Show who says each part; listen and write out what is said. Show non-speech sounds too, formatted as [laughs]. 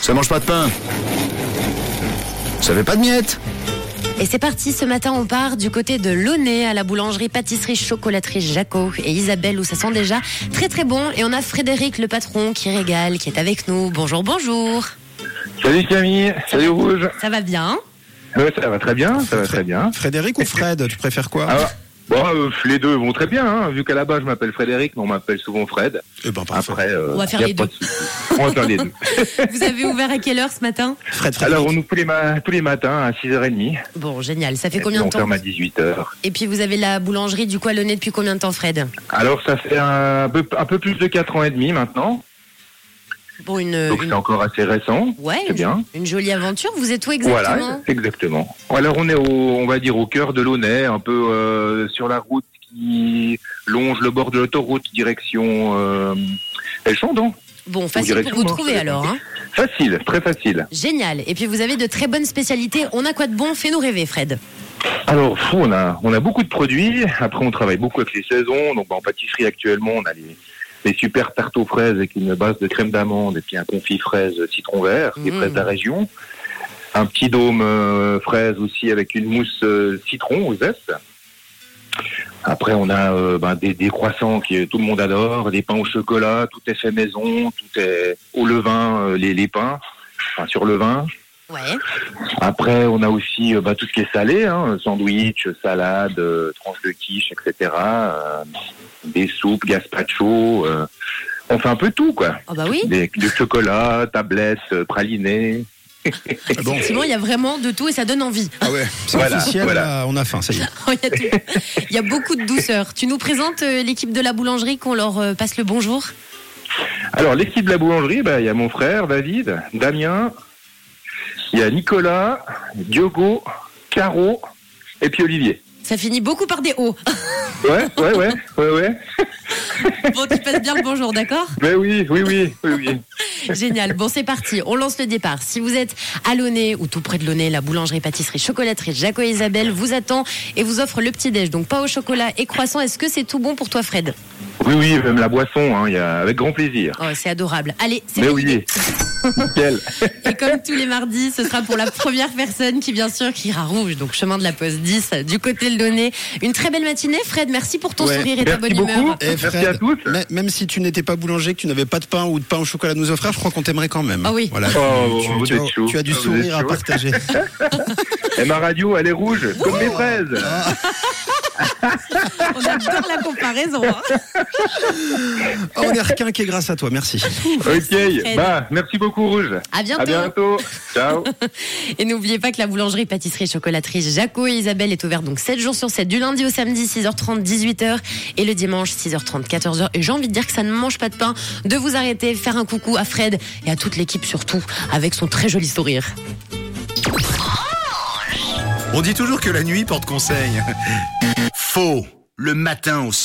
Speaker 1: Ça mange pas de pain. Ça fait pas de miettes.
Speaker 2: Et c'est parti, ce matin on part du côté de Launay à la boulangerie pâtisserie chocolaterie Jaco et Isabelle où ça sent déjà très très bon et on a Frédéric le patron qui régale qui est avec nous. Bonjour, bonjour.
Speaker 3: Salut Camille, salut Rouge.
Speaker 2: Ça va bien
Speaker 3: Ouais, ça va très bien, ça va très bien.
Speaker 4: Frédéric ou Fred, tu préfères quoi
Speaker 3: Ah, bon, euh, les deux vont très bien, hein, vu qu'à la base je m'appelle Frédéric, mais on m'appelle souvent Fred.
Speaker 4: Eh ben, parfait.
Speaker 3: Après, euh,
Speaker 2: On va faire
Speaker 3: y a
Speaker 2: les
Speaker 3: pas
Speaker 2: deux.
Speaker 3: de souci. On va faire
Speaker 2: [laughs]
Speaker 3: les deux.
Speaker 2: Vous avez ouvert à quelle heure ce matin
Speaker 4: Fred, Fred.
Speaker 3: Alors on nous tous les, ma- tous les matins à 6h30.
Speaker 2: Bon, génial. Ça fait
Speaker 3: Et
Speaker 2: combien de
Speaker 3: on
Speaker 2: temps
Speaker 3: ferme à 18h.
Speaker 2: Et puis vous avez la boulangerie du coin Launay depuis combien de temps Fred
Speaker 3: Alors ça fait un peu, un peu plus de 4 ans et demi maintenant,
Speaker 2: Bon, une,
Speaker 3: donc
Speaker 2: une-
Speaker 3: c'est encore assez récent.
Speaker 2: ouais,
Speaker 3: c'est
Speaker 2: une,
Speaker 3: bien.
Speaker 2: une jolie aventure. Vous êtes où
Speaker 3: Voilà,
Speaker 2: exactement
Speaker 3: exactement. Alors on est au, on va dire au cœur de Launay, un peu euh, sur la route qui longe le bord de l'autoroute direction euh, El Chandon.
Speaker 2: Bon, facile
Speaker 3: direz
Speaker 2: pour vous
Speaker 3: sûrement,
Speaker 2: trouver
Speaker 3: ça
Speaker 2: alors. hein.
Speaker 3: Facile, très facile.
Speaker 2: Génial. Et puis vous avez de très bonnes spécialités. On a quoi de bon Fais-nous rêver, Fred.
Speaker 3: Alors fou, on a on a beaucoup de produits. Après on travaille beaucoup avec les saisons. Donc bah, en pâtisserie actuellement on a les les super tartes aux fraises avec une base de crème d'amande et puis un confit fraise citron vert, des
Speaker 2: Mmh.
Speaker 3: fraises de la région. Un petit dôme euh, fraise aussi avec une mousse euh, citron aux zeste. Après, on a euh, ben, des, des croissants que tout le monde adore, des pains au chocolat, tout est fait maison, tout est au levain, euh, les, les pains, enfin sur le vin.
Speaker 2: Ouais.
Speaker 3: Après, on a aussi euh, bah, tout ce qui est salé, hein, sandwich, salade, euh, tranches de quiche, etc. euh, des soupes, gazpacho. euh, on fait un peu tout, quoi.
Speaker 2: Oh bah oui.
Speaker 3: Des, du chocolat, tablettes, euh, pralinés.
Speaker 4: Ah bon.
Speaker 2: Effectivement, il y a vraiment de tout et ça donne envie. [laughs]
Speaker 4: Ah
Speaker 3: [laughs]
Speaker 4: ouais, c'est
Speaker 3: Voilà,
Speaker 4: officiel,
Speaker 3: voilà.
Speaker 4: là, on a faim, ça y est.
Speaker 2: il, y a tout. Il y a beaucoup de douceur. Tu nous présentes euh, l'équipe de la boulangerie, qu'on leur euh, passe le bonjour.
Speaker 3: Alors, l'équipe de la boulangerie, bah, il y a mon frère, David, Damien, il y a Nicolas, Diogo, Caro et puis Olivier.
Speaker 2: Ça finit beaucoup par des hauts. [laughs]
Speaker 3: Ouais, ouais, ouais, ouais, ouais.
Speaker 2: Bon, tu passes bien le bonjour, d'accord
Speaker 3: Ben oui, oui, oui, oui, oui.
Speaker 2: Génial. Bon, c'est parti. On lance le départ. Si vous êtes à Launay ou tout près de Launay, la boulangerie, pâtisserie, chocolaterie Jaco et Isabelle vous attend et vous offre le petit-déj. Donc, pas au chocolat et croissant. Est-ce que c'est tout bon pour toi, Fred
Speaker 3: Oui, oui, même la boisson, hein, il y a, avec grand plaisir.
Speaker 2: Oh, c'est adorable. Allez, c'est
Speaker 3: Mais
Speaker 2: validé.
Speaker 3: oui, nickel.
Speaker 2: Et comme tous les mardis, ce sera pour la première personne qui, bien sûr, criera rouge. Donc, chemin de la pause 10, du côté de Launay. Une très belle matinée, Fred. Merci pour ton
Speaker 4: Ouais.
Speaker 2: sourire et ta
Speaker 3: Merci
Speaker 2: bonne
Speaker 3: beaucoup.
Speaker 2: humeur.
Speaker 4: Eh,
Speaker 3: Merci
Speaker 4: Fred,
Speaker 3: à tous.
Speaker 4: mè- Même si tu n'étais pas boulanger, que tu n'avais pas de pain ou de pain au chocolat à nous offrir, je crois qu'on t'aimerait quand même.
Speaker 2: Ah oui.
Speaker 4: Voilà, tu,
Speaker 3: Oh, vous
Speaker 4: tu- tu
Speaker 3: êtes
Speaker 4: as,
Speaker 3: chaud.
Speaker 4: tu as du
Speaker 3: Ah, vous
Speaker 4: sourire
Speaker 3: êtes
Speaker 4: à
Speaker 3: chaud. [laughs]
Speaker 4: partager.
Speaker 3: Et ma radio, elle est rouge, comme mes fraises.
Speaker 2: On adore la comparaison. hein.
Speaker 4: Oh, on est requinqué grâce à toi, merci.
Speaker 3: Ok, bah, merci beaucoup, Rouge.
Speaker 2: À bientôt.
Speaker 3: À bientôt. Ciao.
Speaker 2: Et n'oubliez pas que la boulangerie, pâtisserie, chocolaterie Jaco et Isabelle est ouverte donc 7 jours sur 7, du lundi au samedi, 6h30, 18h, et le dimanche, 6h30, 14h. Et j'ai envie de dire que ça ne mange pas de pain de vous arrêter, faire un coucou à Fred et à toute l'équipe surtout, avec son très joli sourire.
Speaker 5: On dit toujours que la nuit porte conseil.
Speaker 1: Faux. Le matin au